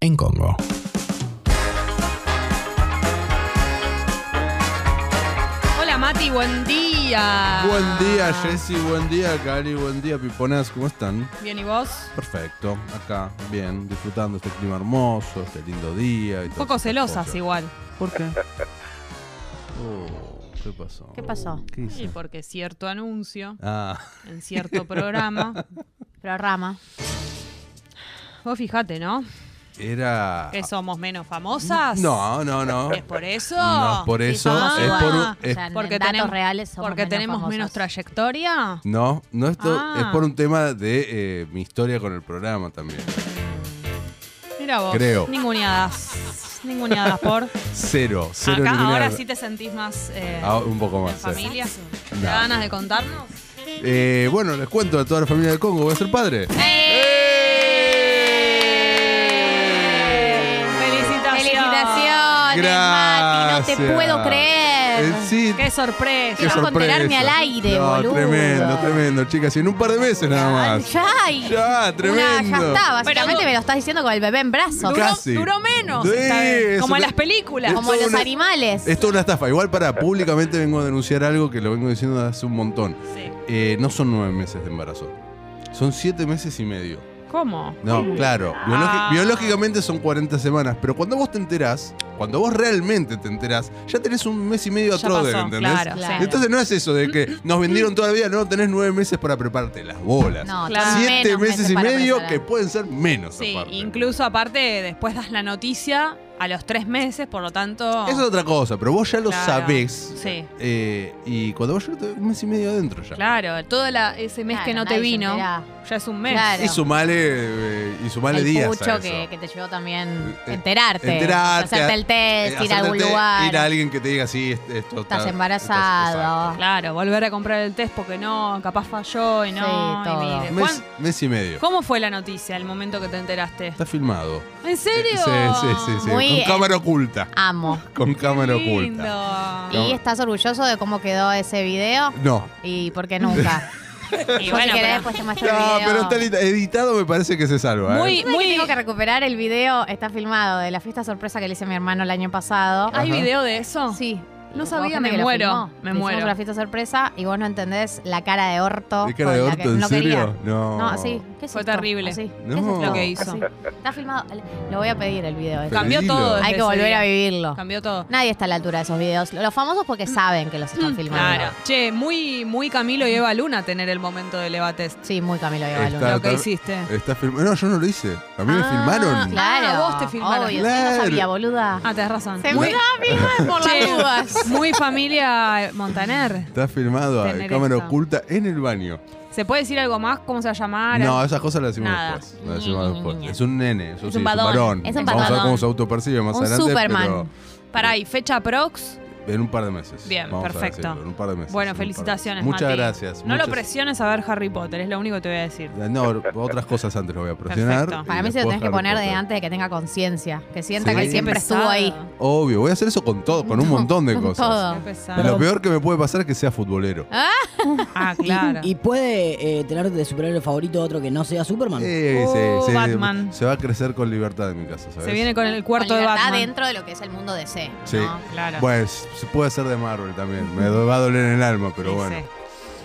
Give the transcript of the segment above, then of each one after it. en Congo. Hola Mati, buen día. Buen día, Jessy. Buen día, Cari. Buen día, Piponás. ¿Cómo están? Bien, ¿y vos? Perfecto. Acá, bien, disfrutando este clima hermoso, este lindo día. Y este Un poco celosas igual. ¿Por qué? Oh, ¿Qué pasó? ¿Qué pasó? ¿Qué hice? Y porque cierto anuncio Ah, en cierto programa. Programa. Vos fijate, ¿no? era. Ah, Que somos menos famosas. No, no, no, no. ¿Es por eso? No, por Sí, eso. somos es igual. por un- O es- sea, en Porque datos tenemos- reales somos porque menos tenemos famosos. menos trayectoria. no, no es, to- Ah. es por un tema de eh, mi historia con el programa también. Mira vos. Creo. Ninguneadas. Ninguneadas por. Cero, cero Acá eliminado. ahora sí te sentís más eh, Ah, un poco más. en sí. familia. ¿Te No. da ganas de contarnos? Eh, bueno, les cuento a toda la familia del Congo. Voy a ser padre. ¡Eh! ¡Felicitaciones! Felicitaciones, Mati, no te Gracias. puedo creer. Eh, sí, ¡Qué sorpresa! qué vas a sorpresa. enterarme al aire, No, boludo. Tremendo, tremendo, chicas. Y en un par de meses nada más. Ya, y Ya, una- tremendo. ya está, básicamente Pero- me lo estás diciendo con el bebé en brazos. Duró, Casi. duró menos. Sí, esta vez. eso Como en te- las películas. Como Esto los una- animales. Esto es una estafa. Igual para públicamente vengo a denunciar algo que lo vengo diciendo hace un montón. Sí. Eh, no son nueve meses de embarazo. Son siete meses y medio. ¿Cómo? No, claro. biologi- Ah. Biológicamente son 40 semanas, pero cuando vos te enterás, cuando vos realmente te enterás, ya tenés un mes y medio Ya atrás, pasó, ¿entendés? claro, sí. Entonces no es eso de que nos vendieron toda la vida, no, tenés nueve meses para prepararte las bolas. No, Claro. tenés Siete menos meses y para medio preparar. que pueden ser menos. Sí, aparte. incluso aparte después das la noticia a los tres meses, por lo tanto... Eso es otra cosa, pero vos ya lo Claro. sabés. Sí, eh, y cuando vos ya lo tenés un mes y medio adentro ya. claro. Todo la- ese mes Claro, que no te nadie se vino, entera. ya es un mes. Claro. Y sumale, eh, y sumale el días. a pucho eso. que, que te llevó también Eh, enterarte, enterarte, hacerte el Eh, test, ir a hacerte algún el té, lugar, Ir a alguien que te diga, sí, est- esto estás está- embarazado. Claro, volver a comprar el test porque no, capaz falló y no. y Sí, todo. mire. exacto. Mes, ¿Cuán- mes y medio. ¿Cómo fue la noticia el momento que te enteraste? Está filmado. ¿En serio? Sí, sí, sí. sí. Muy Con bien. cámara oculta. Amo. Con cámara Lindo. oculta. ¿Y estás orgulloso de cómo quedó ese video? No. ¿Y por qué nunca? Y Yo, bueno, si querés, pero- después te muestro el No, video. pero está linda. editado me parece que se salva. ¿eh? Muy, ¿Sabés que muy. tengo que recuperar el video, está filmado, de la fiesta sorpresa que le hice a mi hermano el año pasado. ¿Hay Ajá. video de eso? Sí. No Hubo sabía, gente me que lo muero, filmó. me Le hicimos muero. una fiesta sorpresa y vos no entendés la cara de orto. ¿De cara de con la orto, que- en no serio? quería. No. No, sí. ¿Qué es Fue esto? terrible. Así. No. ¿Qué es esto? Lo que hizo. Así. Está filmado. Lo voy a pedir el video. ese. Pero Cambió dilo. todo. desde Hay que ese volver día. a vivirlo. Cambió todo. Nadie está a la altura de esos videos. Los famosos porque saben que los están filmando. Mm. Claro. Che, muy, muy Camilo y Eva Luna tener el momento del Eva Test. Sí, muy Camilo y Está- Baluna. Lo que tar- hiciste. Está filmado. No, yo no lo hice. A mí me filmaron. Ah, Claro. Ah, vos te filmaron. Obvio, yo no sabía, Claro. boluda. Ah, tenés razón. Se muy, me da filmar por Che, las dudas. muy familia Montaner. Está filmado a Tener cámara esto. oculta en el baño. ¿Se puede decir algo más? ¿Cómo se va a llamar? No, esas cosas las decimos Nada. después. Las decimos después. Niña. Es un nene, eso Es sí, un varón. Es un Vamos a ver varón. cómo se autopercibe más Un adelante. Superman. Pará, ¿y fecha prox? Pero en un par de meses. Bien, Vamos a perfecto. decirlo, en un par de meses. Bueno, en un par de meses. felicitaciones, Muchas Mati. gracias. No lo muchas- Eh, presiones a ver Harry Potter, es lo único que te voy a decir. No, otras cosas antes lo voy a presionar. Perfecto. y Para mí se lo después tenés que Harry poner de Potter. antes de que tenga conciencia. Que sienta Sí. que Qué siempre estuvo ahí. Obvio, voy a hacer eso con todo, con un montón de Con cosas. todo. Qué Y Lo pesado. peor que me puede pasar es que sea futbolero. Ah, claro. ¿Y puede eh, tener de superhéroe favorito otro que no sea Superman? Eh, Oh, se- se- Batman. Se va a crecer con libertad en mi casa, ¿sabes? Se viene con el cuarto Con de libertad Batman. dentro de lo que es el mundo DC. ¿no? Sí. Claro. Pues se puede hacer de Marvel también. Me do- va a doler en el alma, pero Sí, bueno.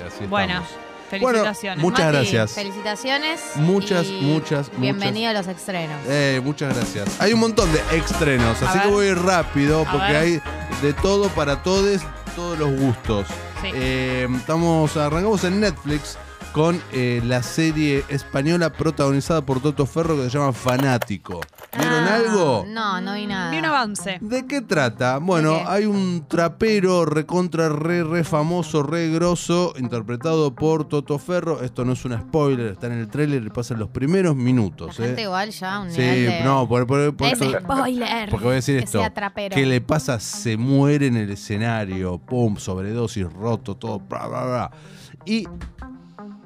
Así Bueno, estamos. Bueno, felicitaciones. Muchas Mati, gracias. Felicitaciones. Muchas, y muchas, muchas. Bienvenido a los estrenos. Eh, muchas gracias. Hay un montón de estrenos, A así que ver. voy rápido A porque ver. hay de todo para todos, todos los gustos. Sí. Eh, estamos, arrancamos en Netflix con eh, la serie española protagonizada por Toto Ferro que se llama Fanático. ¿Vieron Ah, algo? No, no vi nada. Ni un avance. ¿De qué trata? Bueno, ¿De qué? hay un trapero recontra re re famoso, re grosso, interpretado por Toto Ferro. Esto no es un spoiler, está en el tráiler y pasa en los primeros La minutos. gente eh. igual ya un Sí, nivel de- no, por, por- por Es esto- spoiler. porque voy a decir que esto. sea trapero. ¿Qué le pasa? Se muere en el escenario. Pum, sobredosis, roto, todo. Bla, bla, bla. Y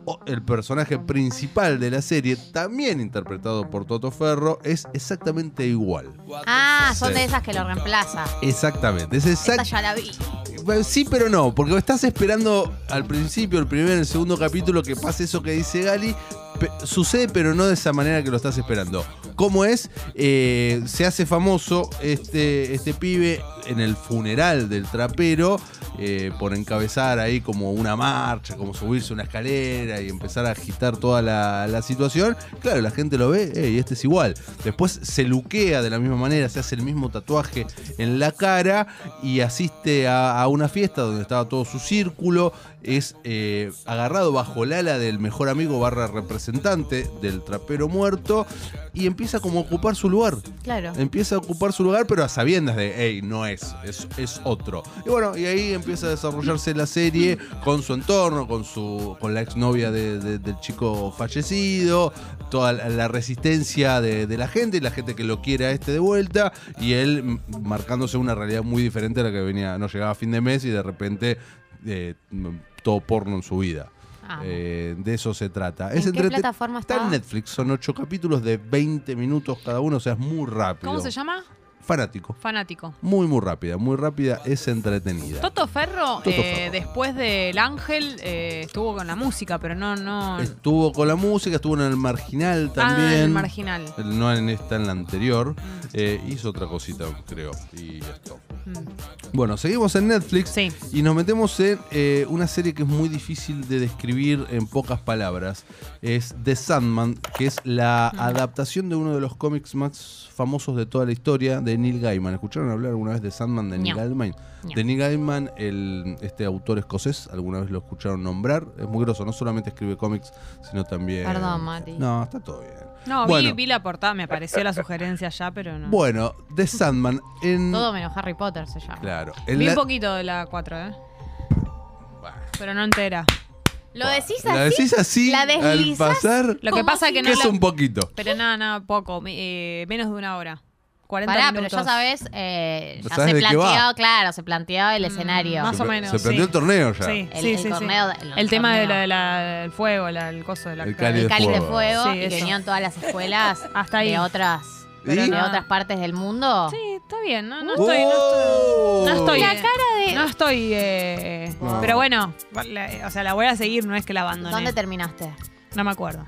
o- el personaje principal de la serie, también interpretado por Toto Ferro, es exactamente igual. Ah, son Sí. de esas que lo reemplaza. Exactamente. Es Esta exact ya la vi. Bueno, Sí, pero no, porque estás esperando al principio, el primer, el segundo capítulo que pase eso que dice Gali, Pe- sucede, pero no de esa manera que lo estás esperando. ¿Cómo es? Eh, se hace famoso este, este pibe en el funeral del trapero eh, por encabezar ahí como una marcha, como subirse una escalera y empezar a agitar toda la, la situación. Claro, la gente lo ve "Ey, este es igual. Después se luquea de la misma manera, se hace el mismo tatuaje en la cara y asiste a, a una fiesta donde estaba todo su círculo. Es eh, agarrado bajo el ala del mejor amigo barra representante del trapero muerto y empieza como a ocupar su lugar. Claro. Empieza a ocupar su lugar, pero a sabiendas de, hey, no es, es, es otro. Y bueno, y ahí empieza a desarrollarse la serie con su entorno, con su con la exnovia de- de- del chico fallecido, toda la, la resistencia de, de la gente y la gente que lo quiere a este de vuelta, y él m- marcándose una realidad muy diferente a la que venía, no llegaba a fin de mes y de repente eh, m- todo porno en su vida. Ah. Eh, de eso se trata. ¿En Es qué entrete- plataforma Está en estaba? Netflix, son ocho capítulos de 20 minutos cada uno, o sea, es muy rápido. ¿Cómo se llama? Fanático. Fanático. Muy, muy rápida, muy rápida, es entretenida. Toto Ferro, Toto eh, Ferro. después del Ángel, eh, estuvo con la música, pero no, no. Estuvo con la música, estuvo en el marginal también. Ah, el marginal. No en esta, en la anterior. Eh, hizo otra cosita, creo. Y esto. Mm. Bueno, seguimos en Netflix. Sí. Y nos metemos en eh, una serie que es muy difícil de describir en pocas palabras. Es The Sandman, que es la adaptación de uno de los cómics más famosos de toda la historia de Neil Gaiman. ¿Escucharon hablar alguna vez de Sandman de Neil No. Gaiman? No. De Neil Gaiman, el, este autor escocés, alguna vez lo escucharon nombrar. Es muy groso, no solamente escribe cómics, sino también... Perdón, Mati. No, está todo bien. No, vi- Bueno. vi, la portada, me apareció la sugerencia ya, pero no. Bueno, The Sandman en... Todo menos Harry Potter se llama. Claro. en vi la- un poquito de la 4, ¿eh? Bueno. Pero no entera. ¿Lo decís La así? decís así, ¿La al deslizás? pasar... Lo que ¿Cómo pasa si- que que no. es la- un poquito. Pero nada, nada, poco. mi- eh, menos de una hora. 40 Pará, pero minutos. ya sabes, eh, ya ¿Sabes se de qué va? planteó, claro, se planteó el escenario. Mm, más o Se- menos, Se perdió sí. el torneo ya. Sí, El- sí, el sí, sí. torneo- El, el tema de torneo. la- de la- del fuego, la- el coso de la El el cáliz cáliz de fuego. fuego Sí, y eso. que venían todas las escuelas Hasta ahí. de otras ¿Y? de otras partes del mundo. Sí, está bien, no, no Uh. estoy. No estoy, ¡Oh! no estoy, La eh, cara de no estoy, eh, No. Pero bueno, la- eh, o sea, la voy a seguir, no es que la abandoné. ¿Dónde terminaste? No me acuerdo.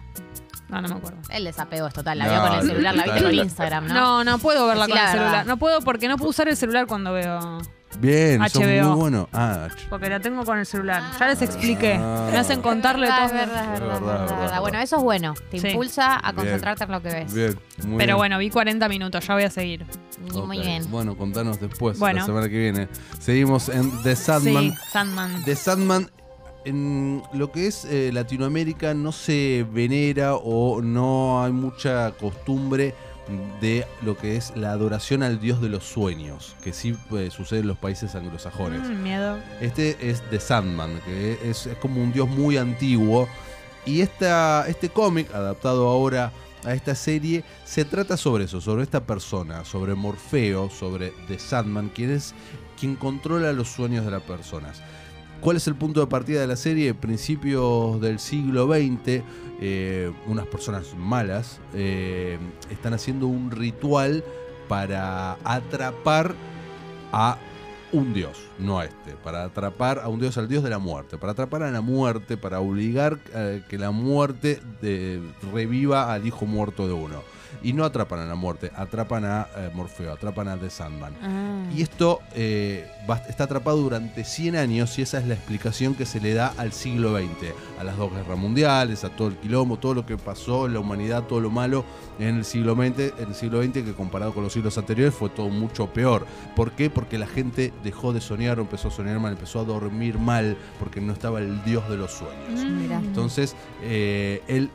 No, no me acuerdo. El desapego es total, la No, vio con el celular, la viste total. por Instagram, ¿no? Ah, No, no puedo verla Decí con la el verdad. celular. No puedo porque no puedo usar el celular cuando veo. Bien, sos HBO. muy bueno. Ah, ch- Porque la tengo con el celular. Ah. Ya les expliqué. Ah. Me hacen contarle Ah, todo. es verdad, Es es verdad, es verdad, verdad, verdad. Bueno, eso es bueno. Te Sí. impulsa a Bien. concentrarte en lo que ves. bien. Muy Pues. Pero bien. bueno, vi 40 minutos, ya voy a seguir. Y Muy Ok. bien. Bueno, contanos después, la Bueno. semana que viene. Seguimos en The Sandman. Sí, Sandman. The Sandman. En lo que es eh, Latinoamérica no se venera o no hay mucha costumbre de lo que es la adoración al dios de los sueños, que sí eh, sucede en los países anglosajones. Mm, miedo. Este es The Sandman, que es, es como un dios muy antiguo. Y esta, este cómic, adaptado ahora a esta serie, se trata sobre eso, sobre esta persona, sobre Morfeo, sobre The Sandman, quien es quien controla los sueños de las personas. ¿Cuál es el punto de partida de la serie? Principios del siglo XX, eh, unas personas malas eh, están haciendo un ritual para atrapar a un dios, no a este, para atrapar a un dios, al dios de la muerte, para atrapar a la muerte, para obligar eh, que la muerte de- reviva al hijo muerto de uno. Y no atrapan a la muerte, atrapan a eh, Morfeo, atrapan a The Sandman. Ah. Y esto eh, va- está atrapado durante 100 años y esa es la explicación que se le da al siglo XX, a las dos guerras mundiales, a todo el quilombo, todo lo que pasó en la humanidad, todo lo malo en el siglo XX, en el siglo XX que comparado con los siglos anteriores fue todo mucho peor. ¿Por qué? Porque la gente dejó de soñar o empezó a soñar mal, empezó a dormir mal porque no estaba el dios de los sueños. Mirá. Mm. Entonces, eh, él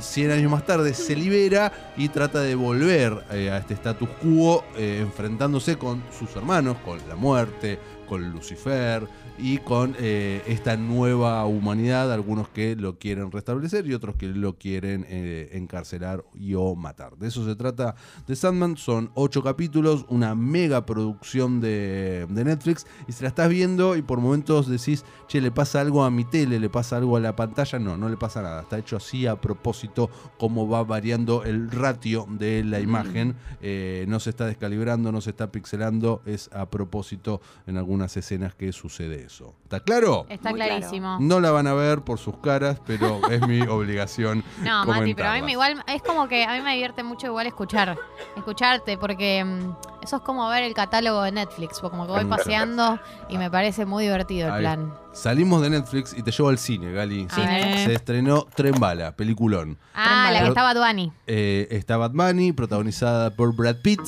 100 años más tarde se libera y trata de volver eh, a este status quo eh, enfrentándose con sus hermanos, con la muerte, con Lucifer y con eh, esta nueva humanidad, algunos que lo quieren restablecer y otros que lo quieren eh, encarcelar y o matar. De eso se trata The Sandman, son ocho capítulos, una mega producción de, de Netflix y si la estás viendo y por momentos decís, che, le pasa algo a mi tele, le pasa algo a la pantalla, no, no le pasa nada, está hecho así a propósito, cómo va variando el ratio de la imagen, Eh, no se está descalibrando, no se está pixelando, es a propósito en algunos algunas escenas que sucede eso. ¿Está claro? Está Muy claro. clarísimo. No la van a ver por sus caras, pero es mi obligación. No, Mati, pero a mí comentarlas. me igual es como que a mí me divierte mucho igual escuchar, escucharte, porque mm, eso es como ver el catálogo de Netflix, porque como que voy paseando y me parece muy divertido el Em, Ahí. plan. Salimos de Netflix y te llevo al cine, Gali. Se, ver. se estrenó Tren Bala, peliculón. Ah, la que Pero- estaba Duani. Eh, está Batman Bunny, protagonizada por Brad Pitt.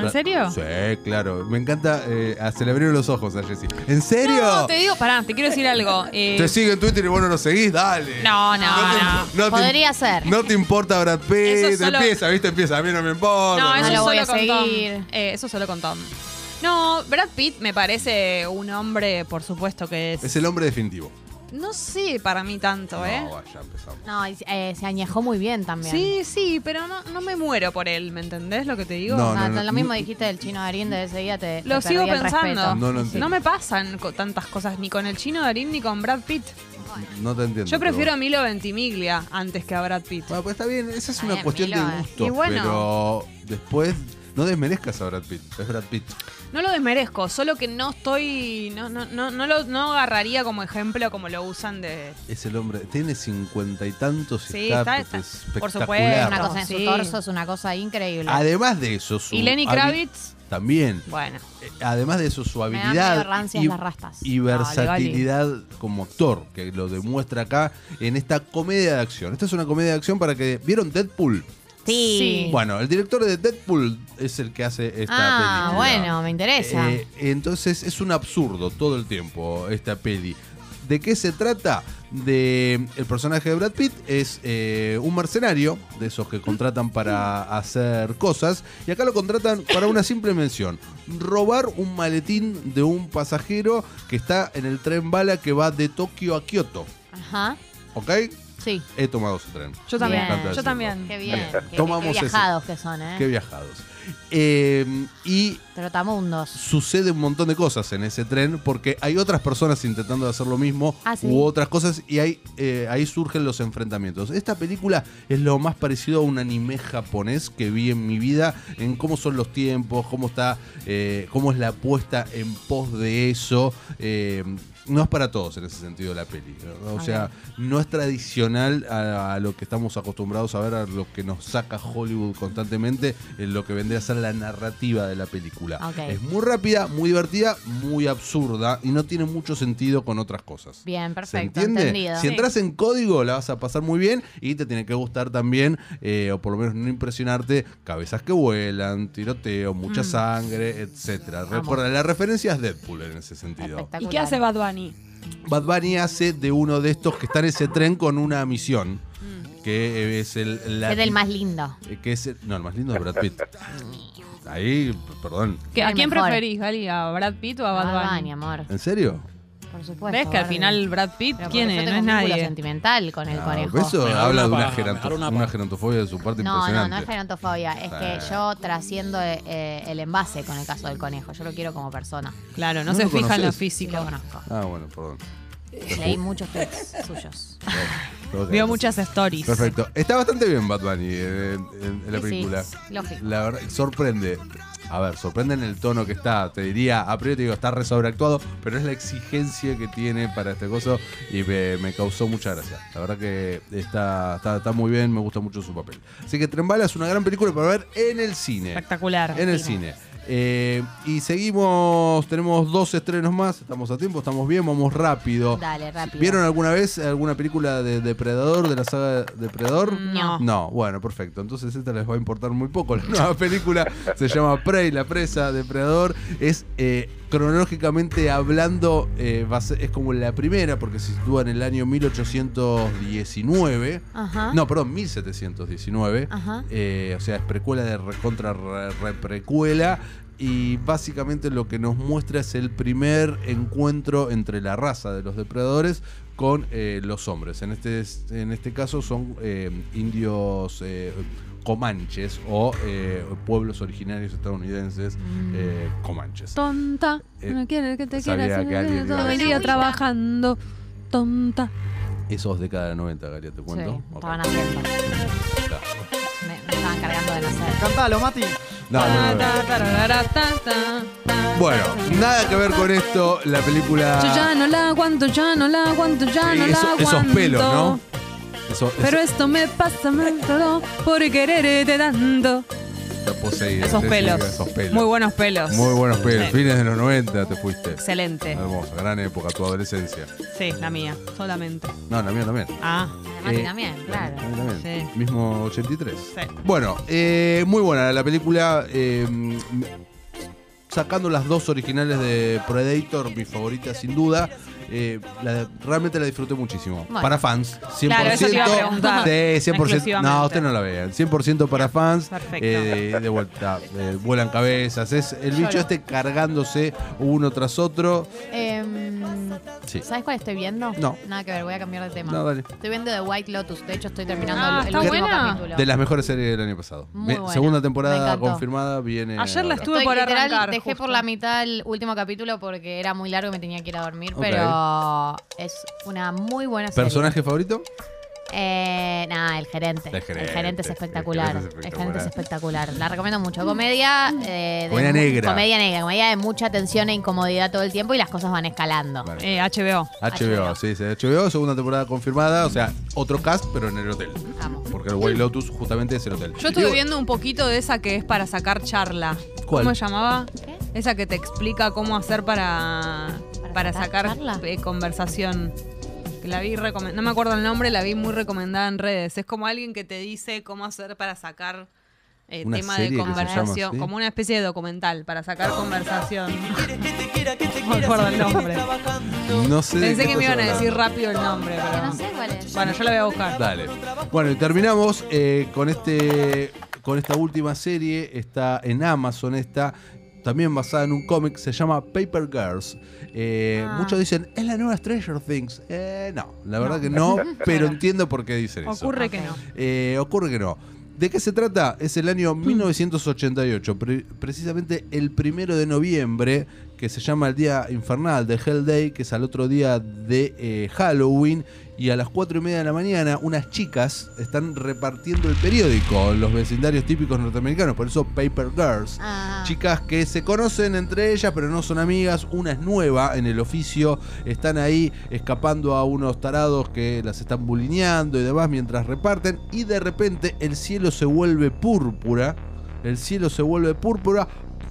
¿En serio? Sí, claro. Me encanta. eh, ah, se le abrieron los ojos a Jessy. ¿En serio? No, te digo, pará, te quiero decir algo. eh, Te sigo en Twitter y vos no lo seguís, dale. no, no, no. te- no te- Podría ser. No te importa Brad Pitt. Eso solo- Empieza, viste, empieza. A mí no me importa. No, no eso lo voy solo a con seguir. Tom. Eh, eso solo con Tom. No, Brad Pitt me parece un hombre, por supuesto que es. Es el hombre definitivo. No sé para mí tanto, ¿eh? No, vaya, empezamos. No, y, eh, se añejó muy bien también. Sí, sí, pero no, no me muero por él, ¿me entendés lo que te digo? No, Ah, no, no. lo mismo dijiste del chino de Ariende ese día, te Lo te sigo perdí el pensando. respeto. No lo entiendo. No me pasan co- tantas cosas, ni con el chino Darín ni con Brad Pitt. No te entiendo. Yo pero prefiero a bueno. Milo Ventimiglia antes que a Brad Pitt. Bueno, pues está bien. Esa es Está una bien, cuestión Milo, de eh. gusto. Y bueno. Pero después no desmerezcas a Brad Pitt. Es Brad Pitt. No lo desmerezco, solo que no estoy. No, no, no, no lo no agarraría como ejemplo como lo usan de. Es el hombre. Tiene cincuenta y tantos y Sí, está, está- es está- por espectacular. supuesto, Una cosa en Sí. su torso es una cosa increíble. Además de eso, su Y Lenny habi- Kravitz, También. bueno. Eh, Además de eso, su Me dan habilidad medio rancias y, las rastas. y versatilidad como actor, que lo demuestra acá en esta comedia de acción. Esta es una comedia de acción para que... ¿Vieron Deadpool? Sí. Bueno, el director de Deadpool es el que hace esta ah, película. bueno, me interesa. Eh, entonces es un absurdo todo el tiempo esta peli. ¿De qué se trata? De el personaje de Brad Pitt es eh, un mercenario de esos que contratan para hacer cosas y acá lo contratan para una simple mención, robar un maletín de un pasajero que está en el tren bala que va de Tokio a Kioto, Ajá. ¿ok? Sí. He tomado ese tren. Yo también, también, Me encanta yo decirlo. también. Qué bien. Ahí. Qué, Tomamos qué ese. viajados que son, ¿eh? Qué viajados. Eh, y Trotamundos. sucede un montón de cosas en ese tren porque hay otras personas intentando hacer lo mismo Ah, sí. u otras cosas y hay, eh, ahí surgen los enfrentamientos. Esta película es lo más parecido a un anime japonés que vi en mi vida en cómo son los tiempos, cómo está, eh, cómo es la apuesta en pos de eso. eh, no es para todos en ese sentido la peli. ¿no? O sea, no es tradicional a, a lo que estamos acostumbrados a ver, a lo que nos saca Hollywood constantemente, en lo que vendría a ser la narrativa de la película. Ok. Es muy rápida, muy divertida, muy absurda y no tiene mucho sentido con otras cosas. Bien, ¿Se perfecto. entiende? Entendido. Si entras en código la vas a pasar muy bien y te tiene que gustar también, eh, o por lo menos no impresionarte, cabezas que vuelan, tiroteo, Mm. mucha sangre, etcétera. Recuerda, la referencia es Deadpool en ese sentido. Espectacular. ¿Y qué hace Bad Bunny? Bad Bunny hace de uno de estos que está en ese tren con una misión, que eh, es el... la- Mm. Es del más lindo. eh, que es el- no, el más lindo es Brad Pitt. Ahí, p- perdón. ¿Qué- ¿A El quién mejor. preferís, Gali? ¿A Brad Pitt o a Bad, Bad Bunny? Eh. Bunny, amor. ¿En serio? Por supuesto. ¿Ves que al Barbie. final Brad Pitt, Pero porque quién yo es? No tengo es un vínculo nadie. pues sentimental con el Ah, conejo. por Eso Me da habla de una una, paja, me da geranto- una una paja. gerontofobia de su parte No, no, impresionante. no es gerontofobia. Es que yo trasciendo eh, el envase con el caso del conejo. Yo lo quiero como persona. Claro, no, No se lo fija en lo conoces. Sí, lo físico. conozco. Ah, bueno, perdón. Leí muchos textos suyos. Ok. Veo muchas stories. Perfecto. Está bastante bien Bad Bunny eh, en, en- en la Sí, sí, película. lógico. La verdad, sorprende. A ver, sorprende en el tono que está. Te diría, a priori te digo, está re sobreactuado, pero es la exigencia que tiene para este coso y me, me causó mucha gracia. La verdad que está, está, está muy bien, me gusta mucho su papel. Así que Trembala es una gran película para ver en el cine. Espectacular. En el cine. Eh, y seguimos, tenemos dos estrenos más, estamos a tiempo, estamos bien, vamos rápido. Dale, rápido. Oh, ¿Vieron alguna vez alguna película de Depredador, de la saga Depredador? No. No, bueno, perfecto. Entonces esta les va a importar muy poco. La nueva película se llama Prey, la presa, Depredador. Es eh, cronológicamente hablando, eh, va a ser- es como la primera porque se sitúa en el año 1819. Ajá. No, perdón, 1719. Ajá. Eh, o sea, es precuela de recontra re- reprecuela. Y básicamente lo que nos muestra es el primer encuentro entre la raza de los depredadores con eh, los hombres. En este, en este caso son eh, indios eh, comanches o eh, pueblos originarios estadounidenses Mm. eh, comanches. Tonta, Eh, no quiere que te sabía quieras. que alguien iba a Todo el decir día eso. trabajando. Tonta. Esos década de 90, Galia, te Sí, cuento. Ok. estaban haciendo. Claro. Me, me estaban cargando de nacer. Cantalo, Mati. No, no, no, no. Ta, tararara, ta, ta, ta. Bueno, nada que ver con esto, la película. Yo ya no la aguanto, ya no la aguanto, ya Sí, no eso- la aguanto. esos pelos, ¿no? Eso, Pero esto me pasa mal todo por quererte tanto. está poseída, Esos sí, sí, pelos. esos pelos. Muy buenos pelos. Muy buenos pelos. Sí. Fines de los 90 te fuiste. Excelente. Hermosa, gran época, tu adolescencia. Sí, la mía, solamente. No, la mía también. Ah, Además, Eh, también, claro. La mía también. Sí. Mismo 83. sí. Bueno, eh, muy buena la película. eh, sacando las dos originales de Predator, mi favorita sin duda. eh, la- realmente la disfruté muchísimo. Bueno. Para fans, 100%. Claro, eso te iba a preguntar. Sí, 100%. No, Exclusivamente. ustedes no la vean. 100% para fans. Perfecto. eh, de, de vuelta, eh, vuelan cabezas. Es el Lloro. bicho este cargándose uno tras otro. Em, Sí. ¿Sabes cuál estoy viendo? No. Nada que ver, voy a cambiar de tema. No, dale. Estoy viendo The White Lotus. De hecho, estoy terminando Ah, el- el, ¿está último buena? capítulo. De las mejores series del año pasado. Muy buena. Segunda Me temporada encantó. confirmada viene. Ayer ahora. la Estuve por literal, arrancar, Dejé justo. por la mitad el último capítulo porque era muy largo y me tenía que ir a dormir. Ok. Pero es una muy buena serie. ¿Personaje favorito? Eh, nada, el gerente. El gerente, es el espectacular. gerente es El gerente es espectacular. La recomiendo mucho. Comedia. eh, de Comedia mu- negra. Comedia negra. Comedia de mucha tensión e incomodidad todo el tiempo y las cosas van escalando. Vale. Eh, HBO. HBO, HBO. sí, sí, HBO, segunda temporada confirmada, o sea, otro cast, pero en el hotel. Vamos. Porque el White Lotus justamente es el hotel. Yo estuve Digo, viendo un poquito de esa que es para sacar charla. ¿Cuál? ¿Cómo se llamaba? ¿Qué? Esa que te explica cómo hacer para, ¿Para para, sacar sacar, charla? eh, conversación. Que la vi recomendada, no me acuerdo el nombre, la vi muy recomendada en redes. Es como alguien que te dice cómo hacer para sacar eh, Una tema serie que de se llama conversación, así. como una especie de documental para sacar conversación. No me acuerdo el nombre. No sé de Pensé qué que estás me iban a hablando. decir rápido el nombre, Que pero no sé cuál es. bueno, yo la voy a buscar. Dale. Bueno, y terminamos eh, con este con esta última serie. Está en Amazon esta. También basada en un cómic, se llama Paper Girls. Eh, Ah. Muchos dicen, es la nueva Stranger Things. Eh, no, la verdad que no, pero entiendo por qué dicen eso. Ocurre que no. Eh, ocurre que no. ¿De qué se trata? Es el año 1988, pre- precisamente el primero de noviembre, que se llama el Día Infernal de Hell Day, que es al otro día de eh, Halloween, y a las 4 y media de la mañana unas chicas están repartiendo el periódico en los vecindarios típicos norteamericanos, por eso Paper Girls Ah. chicas que se conocen entre ellas, pero no son amigas. Una es nueva en el oficio, están ahí escapando a unos tarados que las están bulineando y demás mientras reparten. Y de repente el cielo se vuelve púrpura. El cielo se vuelve púrpura.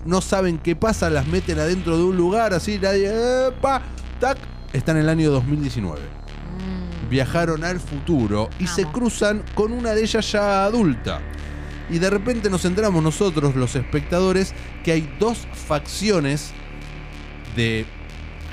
No saben qué pasa, las meten adentro de un lugar así, nadie. ¡epa! ¡Tac! Están en el año 2019. Mm. Viajaron al futuro y se Amo. cruzan con una de ellas ya adulta. Y de repente nos enteramos nosotros, los espectadores, que hay dos facciones de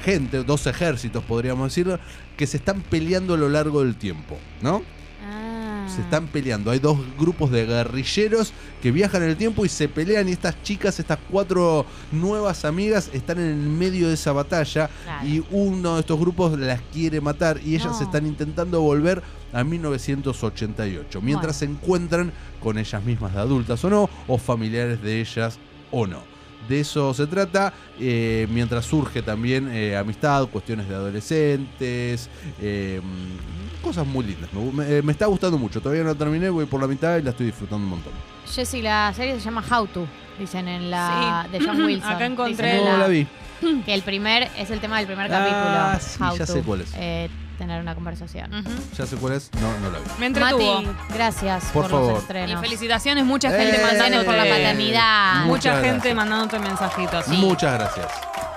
gente, dos ejércitos, podríamos decirlo, que se están peleando a lo largo del tiempo, ¿no? Ah. Se están peleando. Hay dos grupos de guerrilleros que viajan en el tiempo y se pelean. Y estas chicas, estas cuatro nuevas amigas, están en el medio de esa batalla. Ah, Claro. Y uno de estos grupos las quiere matar. Y ellas No. están intentando volver a 1988. Mientras se encuentran con ellas mismas de adultas o no, o familiares de ellas o no. De eso se trata, eh, mientras surge también eh, amistad, cuestiones de adolescentes, eh, cosas muy lindas. Me, gu- me- me está gustando mucho, todavía no la terminé, voy por la mitad y la estoy disfrutando un montón. Jessy, la serie se llama How To, dicen en la de John Wilson. Acá encontré Dicen en la- No la vi. Que el primer es el tema del primer Ah, capítulo. sí, ya sé cuál es. eh, tener una conversación. Ujú. Ya sé cuál es, no, no la vi. Me entretuvo. Mati, gracias Por por, favor. los Y estrenos. felicitaciones, mucha gente Eh, mandándote por la paternidad. Muchas Mucha gracias. gente mandándote mensajitos. Muchas gracias.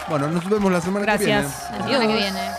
Bueno, nos vemos la semana que viene. Gracias. Hasta la semana que viene.